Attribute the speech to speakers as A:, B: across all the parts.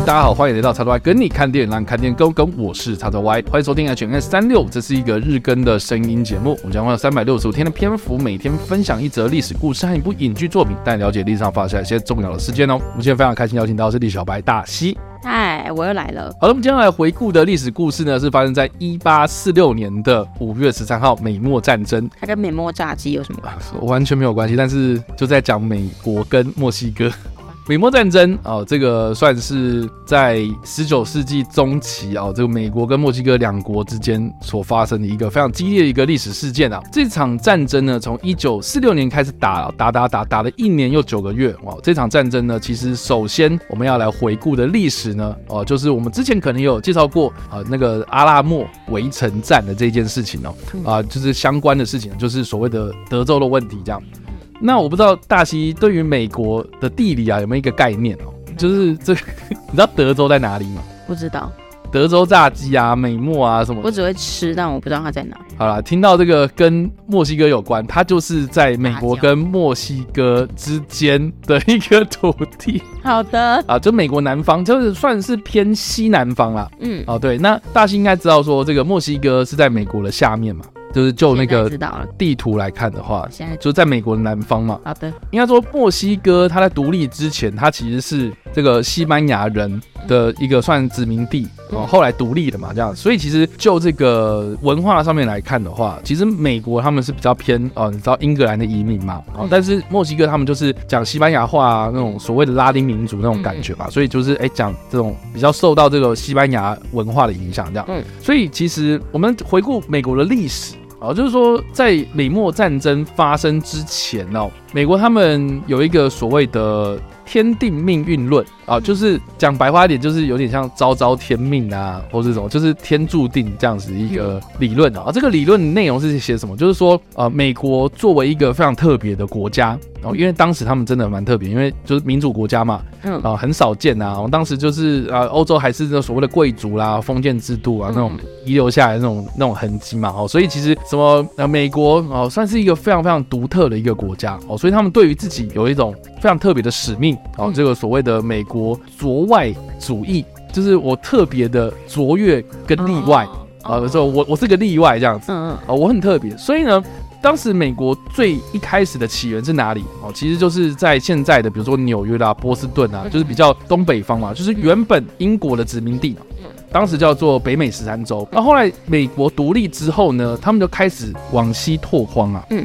A: 大家好，欢迎来到叉叉 Y 跟你看电影，让你看电影更跟。我是叉叉 Y，欢迎收听 HNS 三六，这是一个日更的声音节目。我们将花三百六十五天的篇幅，每天分享一则历史故事和一部影剧作品，带你了解历史上发生一些重要的事件哦。我们今天非常开心邀请到的是历史小白大西。
B: 嗨，哎我又来了。
A: 好了，我们接下来回顾的历史故事呢，是发生在一八四六年的五月十三号美墨战争，
B: 它跟美墨炸鸡有什么关系？
A: 完全没有关系，但是就在讲美国跟墨西哥。 美墨战争啊、哦，这个算是在十九世纪中期啊、哦，这个美国跟墨西哥两国之间所发生的一个非常激烈的一个历史事件啊。这场战争呢，从一九四六年开始打，打打打打了一年又九个月哇、哦。这场战争呢，其实首先我们要来回顾的历史呢，哦，就是我们之前可能有介绍过啊、呃，那个阿拉莫围城战的这件事情哦，啊、呃，就是相关的事情，就是所谓的德州的问题这样。那我不知道大西对于美国的地理啊有没有一个概念哦？就是这， 你知道德州在哪里吗？
B: 不知道。
A: 德州炸鸡啊，美墨啊什么？
B: 我只会吃，但我不知道它在哪。
A: 好了，听到这个跟墨西哥有关，它就是在美国跟墨西哥之间的一个土地。
B: 好的。
A: 啊，就美国南方，就是算是偏西南方啦。
B: 嗯。
A: 哦，对，那大西应该知道说，这个墨西哥是在美国的下面嘛。就是就哦那个地图来看的话，
B: 现在
A: 就在美国的南方嘛。
B: 好的，
A: 应该说墨西哥它在独立之前，它其实是这个西班牙人的一个算殖民地哦，后来独立的嘛，这样。所以其实就这个文化上面来看的话，其实美国他们是比较偏哦，你知道英格兰的移民嘛，哦，但是墨西哥他们就是讲西班牙话啊，那种所谓的拉丁民族那种感觉嘛，所以就是哎讲这种比较受到这个西班牙文化的影响这样。
B: 嗯，
A: 所以其实我们回顾美国的历史。哦，就是说，在美墨战争发生之前哦，美国他们有一个所谓的天定命运论啊，就是讲白话一点，就是有点像昭昭天命啊，或这种就是天注定这样子一个理论啊。这个理论内容是写什么？就是说，呃，美国作为一个非常特别的国家，哦，因为当时他们真的蛮特别，因为就是民主国家嘛，
B: 嗯，
A: 啊，很少见啊。当时就是啊，欧洲还是这所谓的贵族啦、封建制度啊那种遗留下来那种那种痕迹嘛，哦，所以其实什么呃，美国哦，算是一个非常非常独特的一个国家哦，所以他们对于自己有一种非常特别的使命哦，这个所谓的美国卓外主义，就是我特别的卓越跟例外啊，说我我是个例外这样子
B: 哦嗯
A: 哦，我很特别，所以呢。当时美国最一开始的起源是哪里？哦，其实就是在现在的，比如说纽约啦、波士顿啊，就是比较东北方嘛，就是原本英国的殖民地，当时叫做北美十三州。那后来美国独立之后呢，他们就开始往西拓荒啊，
B: 嗯，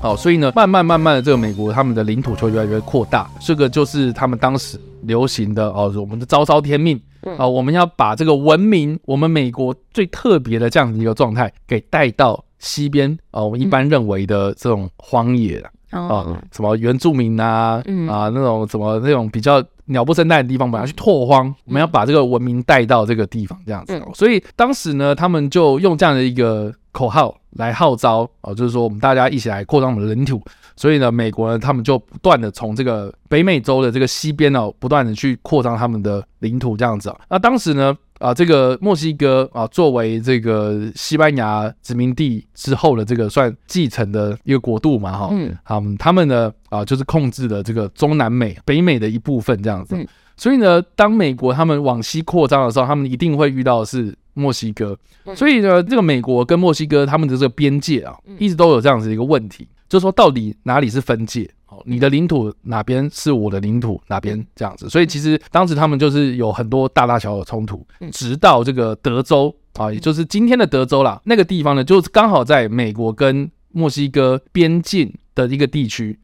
A: 好，所以呢，慢慢慢慢的，这个美国他们的领土就越来越扩大，这个就是他们当时流行的哦，我们的昭昭天命啊、我们要把这个文明，我们美国最特别的这样的一个状态给带到西边啊、我们一般认为的这种荒野啊、
B: 嗯
A: 哦，什么原住民啊，
B: 嗯
A: 啊那种什么那种比较鸟不生蛋的地方，本来去拓荒，
B: 嗯
A: 我们要把这个文明带到这个地方，这样子哦。所以当时呢，他们就用这样的一个口号来号召哦，就是说我们大家一起来扩张我们的领土。所以呢，美国呢，他们就不断的从这个北美洲的这个西边哦，不断的去扩张他们的领土，这样子、哦。那当时呢，啊，这个墨西哥啊，作为这个西班牙殖民地之后的这个算继承的一个国度嘛，哈、
B: 嗯
A: 好，嗯他们呢啊，就是控制了这个中南美、北美的一部分这样子。
B: 嗯
A: 所以呢，当美国他们往西扩张的时候，他们一定会遇到的是墨西哥。所以呢，这个美国跟墨西哥他们的这个边界啊，一直都有这样子一个问题，就是说到底哪里是分界？哦，你的领土哪边是我的领土，哪边这样子。所以其实当时他们就是有很多大大小小的冲突，直到这个德州啊，也就是今天的德州啦，那个地方呢，就是刚好在美国跟墨西哥边境的一个地区。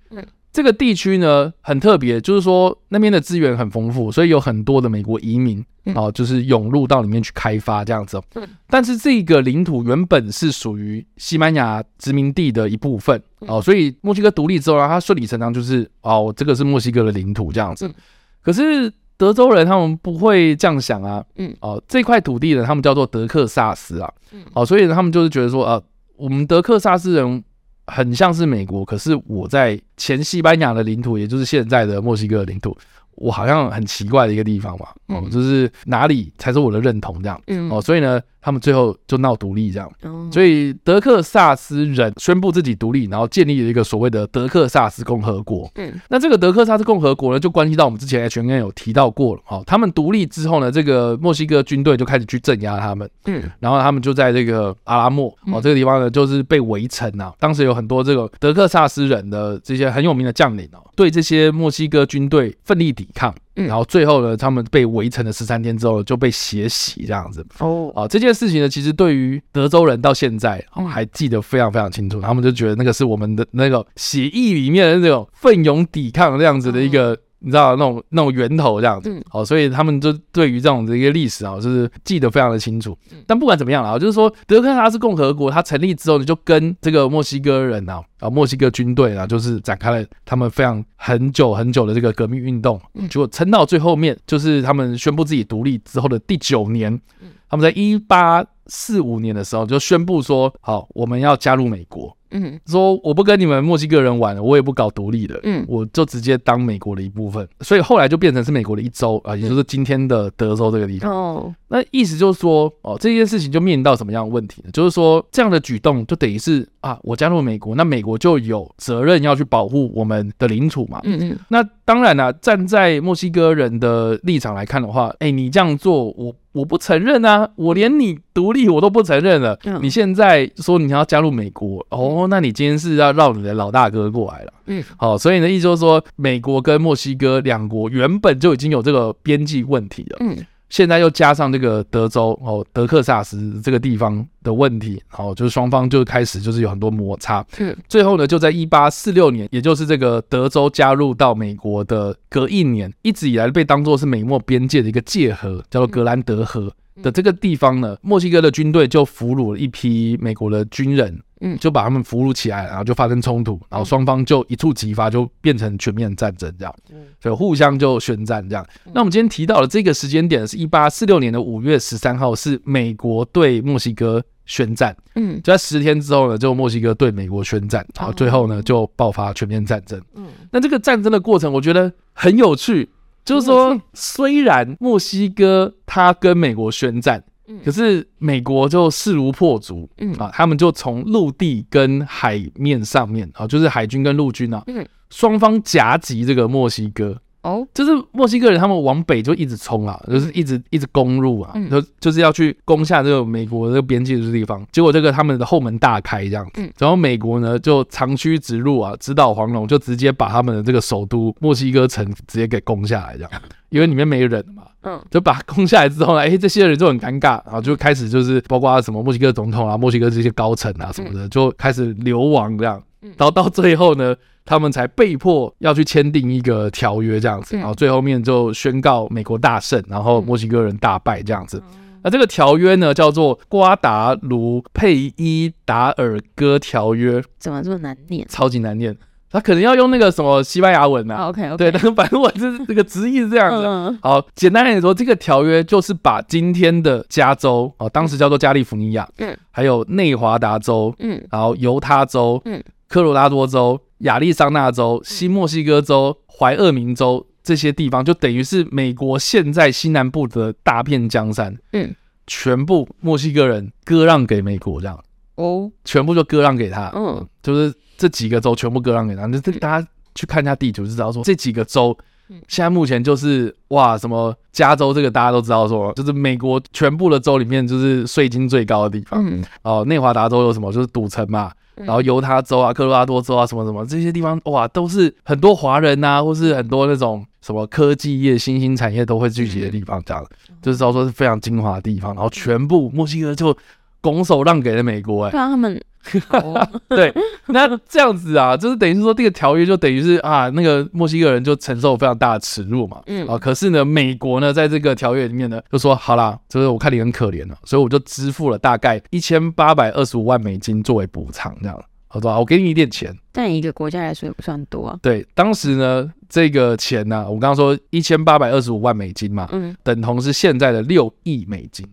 A: 这个地区呢很特别，就是说那边的资源很丰富，所以有很多的美国移民
B: 嗯
A: 哦、就是涌入到里面去开发这样子哦
B: 嗯。
A: 但是这个领土原本是属于西班牙殖民地的一部分
B: 嗯
A: 哦，所以墨西哥独立之后呢，它顺理成章就是哦，这个是墨西哥的领土这样子
B: 嗯。
A: 可是德州人他们不会这样想啊，
B: 嗯，
A: 哦，这块土地呢，他们叫做德克萨斯啊
B: 嗯，
A: 哦，所以他们就是觉得说，呃，我们德克萨斯人很像是美国，可是我在前西班牙的领土，也就是现在的墨西哥的领土，我好像很奇怪的一个地方嘛，哦，
B: 嗯
A: 就是哪里才是我的认同这样，
B: 嗯
A: 哦，所以呢，他们最后就闹独立这样。
B: 哦，
A: 所以德克萨斯人宣布自己独立，然后建立了一个所谓的德克萨斯共和国。
B: 嗯，
A: 那这个德克萨斯共和国呢，就关系到我们之前 H N N 有提到过了。哦，他们独立之后呢，这个墨西哥军队就开始去镇压他们，
B: 嗯，
A: 然后他们就在这个阿拉莫哦
B: 嗯
A: 这个地方呢，就是被围城啊。当时有很多这个德克萨斯人的这些很有名的将领哦，对这些墨西哥军队奋力抵抗，
B: 嗯
A: 然后最后呢，他们被围城的十三天之后就被血洗这样子。
B: 哦，
A: 啊，这件事情呢，其实对于德州人到现在、哦
B: 嗯
A: 还记得非常非常清楚，他们就觉得那个是我们的那个协议里面的那种奋勇抵抗这样子的一个。你知道那种那种源头这样子
B: 嗯，
A: 哦，所以他们就对于这种的一个历史啊，就是记得非常的清楚。
B: 嗯
A: 但不管怎么样啦，就是说德克萨斯共和国它成立之后呢，就跟这个墨西哥人啊，啊墨西哥军队啊，就是展开了他们非常很久很久的这个革命运动。
B: 嗯
A: 结果撑到最后面，就是他们宣布自己独立之后的第九年，
B: 嗯
A: 他们在一八四五年的时候就宣布说，好，我们要加入美国，
B: 嗯
A: 说我不跟你们墨西哥人玩了，我也不搞独立了。
B: 嗯，
A: 我就直接当美国的一部分，所以后来就变成是美国的一州啊，也就是今天的德州这个地方。
B: 哦，
A: 那意思就是说，哦，这件事情就面临到什么样的问题呢？就是说，这样的举动就等于是啊，我加入美国，那美国就有责任要去保护我们的领土嘛。
B: 嗯嗯，
A: 那当然啦、站在墨西哥人的立场来看的话，哎，你这样做，我我不承认啊，我连你独立我都不承认了。
B: 嗯
A: 你现在说你要加入美国，哦，那你今天是要绕你的老大哥过来了。
B: 嗯，
A: 好、所以呢，意思就是说，美国跟墨西哥两国原本就已经有这个边际问题了。
B: 嗯
A: 现在又加上这个德州哦，德克萨斯这个地方的问题，然、后就是双方就开始就是有很多摩擦，
B: 嗯
A: 最后呢，就在一八四六年，也就是这个德州加入到美国的隔一年，一直以来被当作是美墨边界的一个界河，叫做格兰德河。的这个地方呢，墨西哥的军队就俘虏了一批美国的军人，
B: 嗯
A: 就把他们俘虏起来，然后就发生冲突，然后双方就一触即发，就变成全面战争这样。所以互相就宣战这样。那我们今天提到的这个时间点是一八四六年的五月十三号，是美国对墨西哥宣战。
B: 嗯
A: 就在十天之后呢，就墨西哥对美国宣战，
B: 哦
A: 然后最后呢就爆发全面战争。
B: 嗯
A: 那这个战争的过程，我觉得很有趣。就是
B: 很有
A: 说，虽然墨西哥它跟美国宣战，
B: 嗯
A: 可是美国就势如破竹，
B: 嗯
A: 啊，他们就从陆地跟海面上面啊，就是海军跟陆军啊
B: 嗯，
A: 双方夹击这个墨西哥，
B: 哦，
A: 就是墨西哥人他们往北就一直冲啊，就是一直一直攻入啊，
B: 嗯
A: 就就是要去攻下这个美国这个边界的地方。结果这个他们的后门大开这样子，
B: 嗯
A: 然后美国呢就长驱直入啊，直捣黄龙，就直接把他们的这个首都墨西哥城直接给攻下来这样，因为里面没人嘛。
B: 嗯
A: 就把它攻下来之后呢，哎，这些人就很尴尬，然后就开始就是包括什么墨西哥总统啊、墨西哥这些高层啊什么的，就开始流亡这样，
B: 嗯
A: 然后到最后呢，他们才被迫要去签订一个条约这样子，
B: 嗯
A: 然后最后面就宣告美国大胜，然后
B: 嗯哦
A: 墨西哥人大败这样子。那这个条约呢，叫做《瓜达卢佩伊达尔哥条约》，
B: 怎么这么难念
A: 超级难念，他可能要用那个什么西班牙文啊，
B: 哦？OK OK，
A: 对，但是反正我这这个直译是这样子啊、
B: 嗯
A: 好，简单来说，这个条约就是把今天的加州哦，当时叫做加利福尼亚，
B: 嗯，
A: 还有内华达州，
B: 嗯
A: 然后犹他州，
B: 嗯，
A: 科罗拉多州、亚利桑那州、新墨西哥州、怀俄明州这些地方，就等于是美国现在西南部的大片江山，
B: 嗯，
A: 全部墨西哥人割让给美国，这样
B: 哦
A: 全部就割让给他，
B: 嗯
A: 就是这几个州全部割让给他，就是大家去看一下地图就知道说这几个州
B: 嗯。
A: 现在目前就是哇，什么加州这个大家都知道说，就是美国全部的州里面就是税金最高的地方
B: 嗯
A: 哦。内华达州有什么就是赌城嘛，
B: 嗯
A: 然后犹他州啊、科罗拉多州啊什么什么这些地方哇，都是很多华人呐、或是很多那种什么科技业、新兴产业都会聚集的地方，这样
B: 嗯
A: 就是知道说是非常精华的地方。然后全部墨西哥就拱手让给了美国、哎
B: 不。啊然他们哦
A: 对，那这样子啊，就是等于是说这个条约就等于是啊，那个墨西哥人就承受非常大的耻辱嘛。
B: 嗯
A: 啊，可是呢，美国呢，在这个条约里面呢，就说好啦，就是我看你很可怜了、所以我就支付了大概一千八百二十五万美金作为补偿，这样。我说啊我给你一点钱。
B: 但一个国家来说也不算多啊。
A: 对，当时呢，这个钱呢、我刚刚说一千八百二十五万美金嘛，
B: 嗯
A: 等同是现在的六亿美金，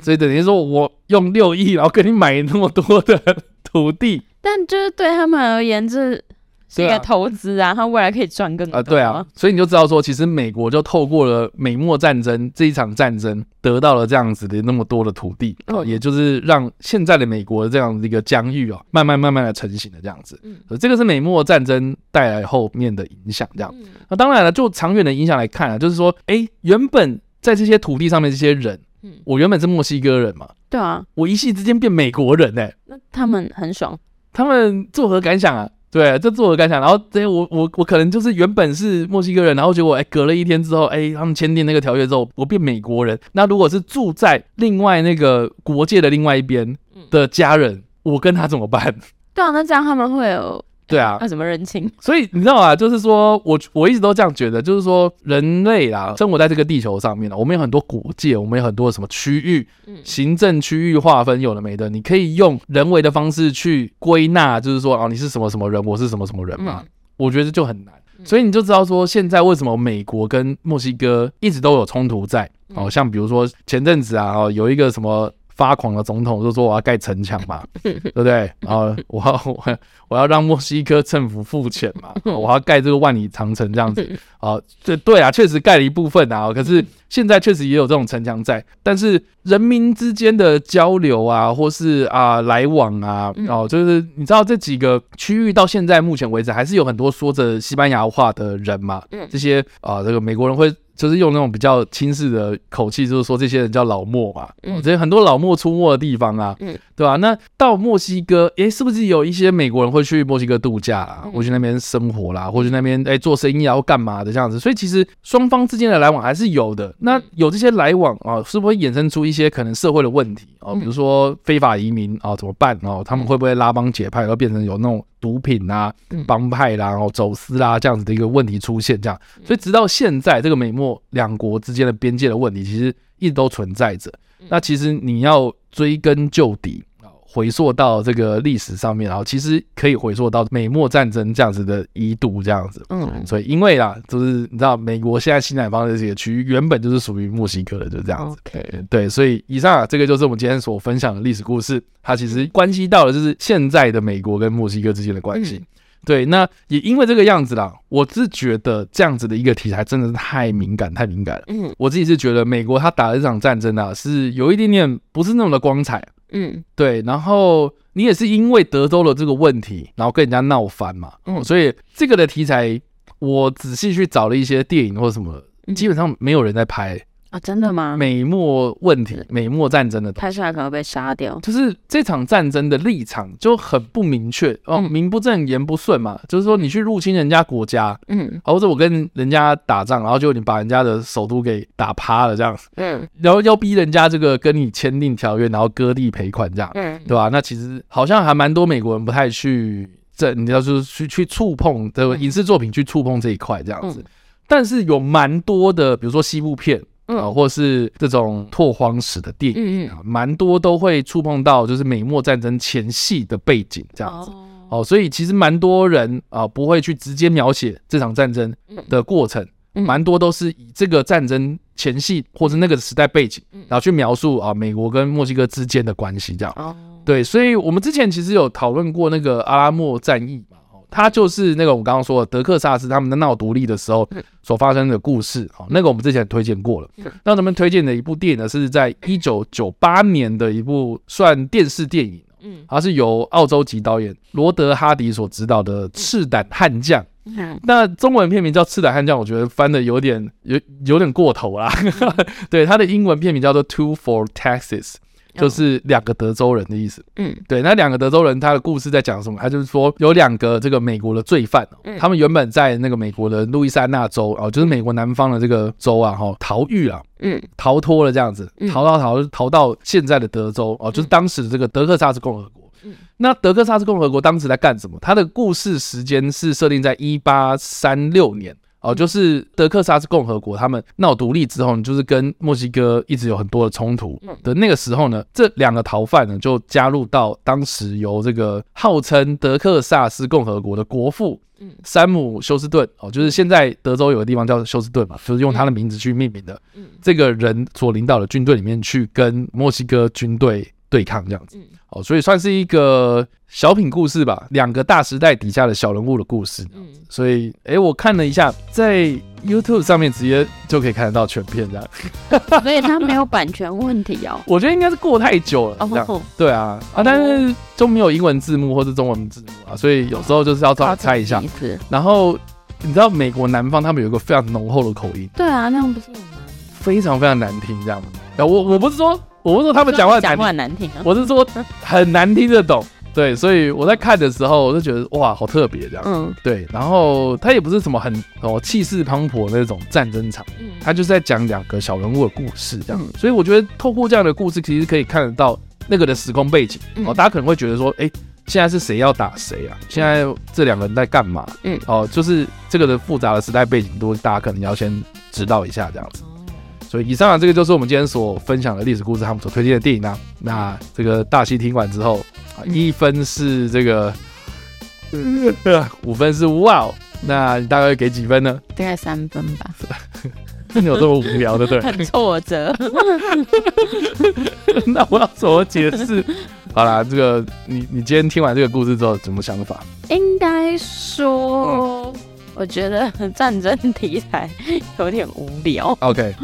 A: 所以等于说我用六亿，然后给你买那么多的土地，
B: 但就是对他们而言，这是一
A: 对啊
B: 个投资啊，它未来可以赚更多
A: 啊，对啊，，所以你就知道说，其实美国就透过了美墨战争这一场战争，得到了这样子的那么多的土地，哦，
B: 嗯
A: 也就是让现在的美国这样的一个疆域哦，慢慢慢慢的成型的这样子。
B: 嗯
A: 呃这个是美墨战争带来后面的影响，这样。
B: 嗯
A: 那当然了，就长远的影响来看啊，就是说，哎，原本在这些土地上面这些人，
B: 嗯，
A: 我原本是墨西哥人嘛，
B: 对啊，
A: 我一夕之间变美国人哎、
B: 那他们很爽，
A: 他们作何感想啊？对，这作何感想？然后对我我我可能就是原本是墨西哥人，然后结果哎隔了一天之后，哎他们签订那个条约之后，我变美国人。那如果是住在另外那个国界的另外一边的家人，我跟他怎么办？
B: 对啊，那这样他们会有
A: 对 啊，
B: 要怎么认清？
A: 所以你知道啊，就是说我我一直都这样觉得，就是说人类啦，生活在这个地球上面啊呢，我们有很多国界，我们有很多什么区域，
B: 嗯
A: 行政区域划分有的没的，你可以用人为的方式去归纳，就是说哦，你是什么什么人，我是什么什么人嘛，
B: 嗯
A: 我觉得就很难。
B: 嗯
A: 所以你就知道说，现在为什么美国跟墨西哥一直都有冲突在哦，
B: 嗯
A: 像比如说前阵子啊，哦有一个什么发狂的总统就说我要盖城墙 嘛，对不对？然后我要我我要让墨西哥政府付钱嘛，哦我要盖这个万里长城这样子啊，对对啊，确实盖了一部分啊，可是现在确实也有这种城墙在，但是人民之间的交流啊，或是啊、来往啊，
B: 嗯
A: 哦，就是你知道这几个区域到现在目前为止还是有很多说着西班牙话的人嘛，
B: 嗯
A: 这些啊、这个美国人会。就是用那种比较轻视的口气，就是说这些人叫老墨嘛，
B: 嗯
A: 哦这些很多老墨出没的地方啊，对吧、那到墨西哥，诶，是不是有一些美国人会去墨西哥度假啦，
B: 嗯
A: 或去那边生活啦，或去那边诶做生意啊，或干嘛的这样子？所以其实双方之间的来往还是有的。那
B: 嗯
A: 有这些来往啊，是不是会衍生出一些可能社会的问题哦？
B: 嗯
A: 比如说非法移民啊，怎么办哦？他们会不会拉帮结派，然后变成有那种毒品啊、
B: 嗯
A: 帮派啦、然后走私啦这样子的一个问题出现？这样，所以直到现在，这个美墨两国之间的边界的问题，其实一直都存在着。那其实你要追根究底啊，回溯到这个历史上面，然后其实可以回溯到美墨战争这样子的遗毒这样子。
B: 嗯，
A: 所以，因为啦，就是你知道，美国现在西南方的这个区域原本就是属于墨西哥的，就是这样子。
B: OK，
A: 对，所以以上啊，这个就是我们今天所分享的历史故事，它其实关系到的就是现在的美国跟墨西哥之间的关系。
B: 嗯
A: 对，那也因为这个样子啦，我是觉得这样子的一个题材真的是太敏感，太敏感了。
B: 嗯
A: 我自己是觉得美国他打的这场战争啊，是有一点点不是那么的光彩。
B: 嗯
A: 对，然后你也是因为德州的这个问题，然后跟人家闹翻嘛，
B: 嗯
A: 所以这个的题材，我仔细去找了一些电影或什么，
B: 嗯
A: 基本上没有人在拍
B: 啊，真的吗？
A: 美墨问题、美墨战争的东西
B: 拍出来可能会被杀掉。
A: 就是这场战争的立场就很不明确哦，
B: 嗯
A: 名不正言不顺嘛，就是说你去入侵人家国家，
B: 嗯
A: 或者我跟人家打仗，然后就你把人家的首都给打趴了这样，
B: 嗯
A: 然后要逼人家这个跟你签订条约，然后割地赔款这样，
B: 嗯
A: 对吧、那其实好像还蛮多美国人不太去这，你知道就是去去触碰这个
B: 嗯
A: 影视作品去触碰这一块这样子。
B: 嗯
A: 但是有蛮多的，比如说西部片啊、
B: 嗯
A: 或是这种拓荒史的电影
B: 嗯嗯，
A: 啊，蛮多都会触碰到就是美墨战争前戏的背景这样子。
B: 哦，
A: 哦，所以其实蛮多人啊、不会去直接描写这场战争的过程，
B: 嗯
A: 蛮多都是以这个战争前戏或是那个时代背景，
B: 嗯
A: 然后去描述啊、美国跟墨西哥之间的关系这样。
B: 哦，
A: 对，所以我们之前其实有讨论过那个阿拉莫战役嘛，哦，它就是那个我刚刚说的德克萨斯他们在闹独立的时候
B: 嗯
A: 所发生的故事，哦，那个我们之前推荐过了
B: 嗯。
A: 那咱们推荐的一部电影呢，是在一九九八年的一部算电视电影，
B: 嗯
A: 它是由澳洲籍导演罗德·哈迪所执导的《赤胆悍将》。
B: 嗯
A: 那中文片名叫《赤胆悍将》，我觉得翻的有点有有点过头啦。
B: 嗯
A: 对，它的英文片名叫做《Two for
B: 哦
A: Texas》，就是两个德州人的意思。
B: 嗯
A: 对，那两个德州人他的故事在讲什么？他就是说有两个这个美国的罪犯哦、
B: 嗯
A: 他们原本在那个美国的路易斯安那州哦，就是美国南方的这个州啊，哈、逃狱啊。
B: 嗯
A: 逃脱了这样子，
B: 嗯
A: 逃到逃逃到现在的德州哦，就是当时的这个德克萨斯共和国。
B: 嗯
A: 那德克萨斯共和国当时在干什么？它的故事时间是设定在一八三六年
B: 嗯
A: 哦，就是德克萨斯共和国他们闹独立之后，就是跟墨西哥一直有很多的冲突
B: 嗯
A: 的那个时候呢，这两个逃犯呢就加入到当时由这个号称德克萨斯共和国的国父
B: 嗯
A: 山姆休斯顿哦，就是现在德州有个地方叫休斯顿嘛，就是用他的名字去命名的。
B: 嗯
A: 这个人所领导的军队里面去跟墨西哥军队对抗这样子。
B: 嗯
A: 哦，所以算是一个小品故事吧，两个大时代底下的小人物的故事。
C: 嗯，
A: 所以，诶，我看了一下，在 YouTube 上面直接就可以看得到全片这样。
B: 所以他没有版权问题哦。
A: 我觉得应该是过太久了， 这样
B: 哦，
A: 对啊啊，但是就没有英文字幕或是中文字幕啊，所以有时候就是要找猜一下
B: 意。思。
A: 然后你知道美国南方他们有一个非常浓厚的口音，
B: 对啊，那样不是很难
A: 非常非常难听，这样。啊，我我不是说我不是说他们讲话难
B: 讲
A: 听
B: 话，难听啊。
A: 我是说很难听得懂。对，所以我在看的时候，我就觉得哇，好特别这样。
B: 嗯，
A: 对，然后他也不是什么很哦气势磅礴那种战争场，
C: 嗯
A: 他就是在讲两个小人物的故事这样。
B: 嗯
A: 所以我觉得透过这样的故事，其实可以看得到那个的时空背景。
B: 嗯
A: 哦，大家可能会觉得说，哎、现在是谁要打谁啊？现在这两个人在干嘛？
B: 嗯，
A: 哦，就是这个的复杂的时代背景都大家可能要先知道一下这样子。
C: 哦
A: 所以以上啊，这个就是我们今天所分享的历史故事，他们所推荐的电影啊。那这个大戏听完之后，啊
B: 嗯
A: 一分是这个，呃五分是哇哦，那你大概会给几分呢？
B: 大概三分 吧，
A: 你有这么无聊的对？
C: 很挫折，
A: 那我要怎么解释？好啦，这个你你今天听完这个故事之后，怎么想法？
B: 应该说，我觉得战争题材有点无聊。
A: OK，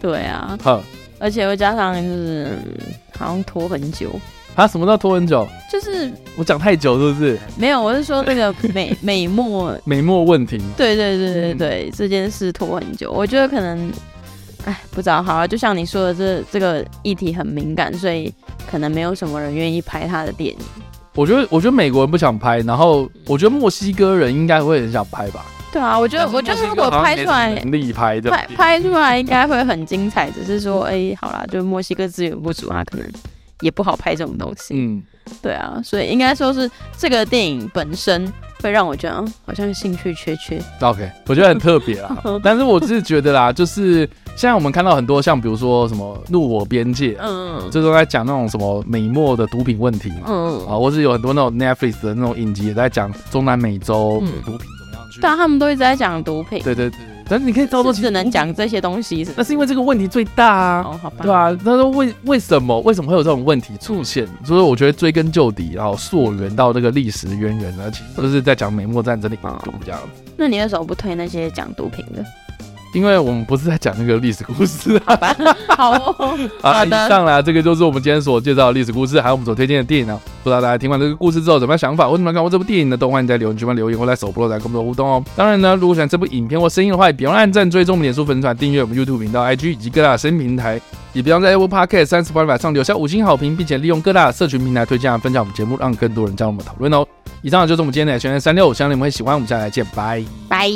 B: 对啊，
A: 好，
B: 而且又加上就是好像拖很久，
A: 他啊什么叫拖很久？
B: 就是
A: 我讲太久是不是？
B: 没有，我是说那 个美美墨，
A: 美墨问题。
B: 对对对对对，这件事拖很久，我觉得可能，哎，不知道，好啊，就像你说的，这这个议题很敏感，所以可能没有什么人愿意拍他的电影。
A: 我觉得，我觉得美国人不想拍，然后我觉得墨西哥人应该会很想拍吧。
B: 对啊，我觉得我觉得如果拍出来。
A: 力拍的
B: 拍拍出来应该会很精彩，只是说，哎、好啦，就墨西哥资源不足，他可能也不好拍这种东西。
A: 嗯，
B: 对啊，所以应该说是这个电影本身会让我觉得，嗯，好像兴趣缺缺。。
A: OK，我觉得很特别啦 但是我是觉得啦，就是现在我们看到很多像比如说什么《怒我边界》啊，
B: 嗯
A: 这都在讲那种什么美墨的毒品问题嘛，
B: 嗯，
A: 啊，或是有很多那种 Netflix 的那种影集也在讲中南美洲
C: 嗯
A: 毒品怎么样去。
B: 对啊，他们都一直在讲毒品，
A: 对对对，但是你可以照
B: 都
A: 做，其
B: 只
A: 实
B: 能讲这些东西是
A: 那是因为这个问题最大啊。
B: 哦，好吧，
A: 对啊，那说为为什么为什么会有这种问题出现？所以我觉得追根究底，然后溯源到这个历史渊源啊呢，其实都是在讲美墨战争的引
B: 哦
A: 渡这样子。
B: 那你为什么不推那些讲毒品 的？
A: 因为我们不是在讲那个历史故事啊。
B: 好 哦，
A: 好，
B: 好
A: 以
B: 的
A: 上啦，这个就是我们今天所介绍的历史故事，还有我们所推荐的电影啊。不知道大家听完这个故事之后，怎么样想法？为什么看过这部电影呢？都欢迎在留言区帮留言，或在首播来跟我们做互动哦。当然呢，如果喜欢这部影片或声音的话，也别忘了按赞、追踪我们脸书粉丝团、订阅我们 YouTube 频道、IG 以及各大声音平台，也别忘在 Apple Podcast、三十 Spotify 上留下五星好评，并且利用各大社群平台推荐、分享我们节目，让更多人加入我们讨论哦。以上就是我们今天的全员三六，希望你们会喜欢。我们下来见，拜。
B: 拜。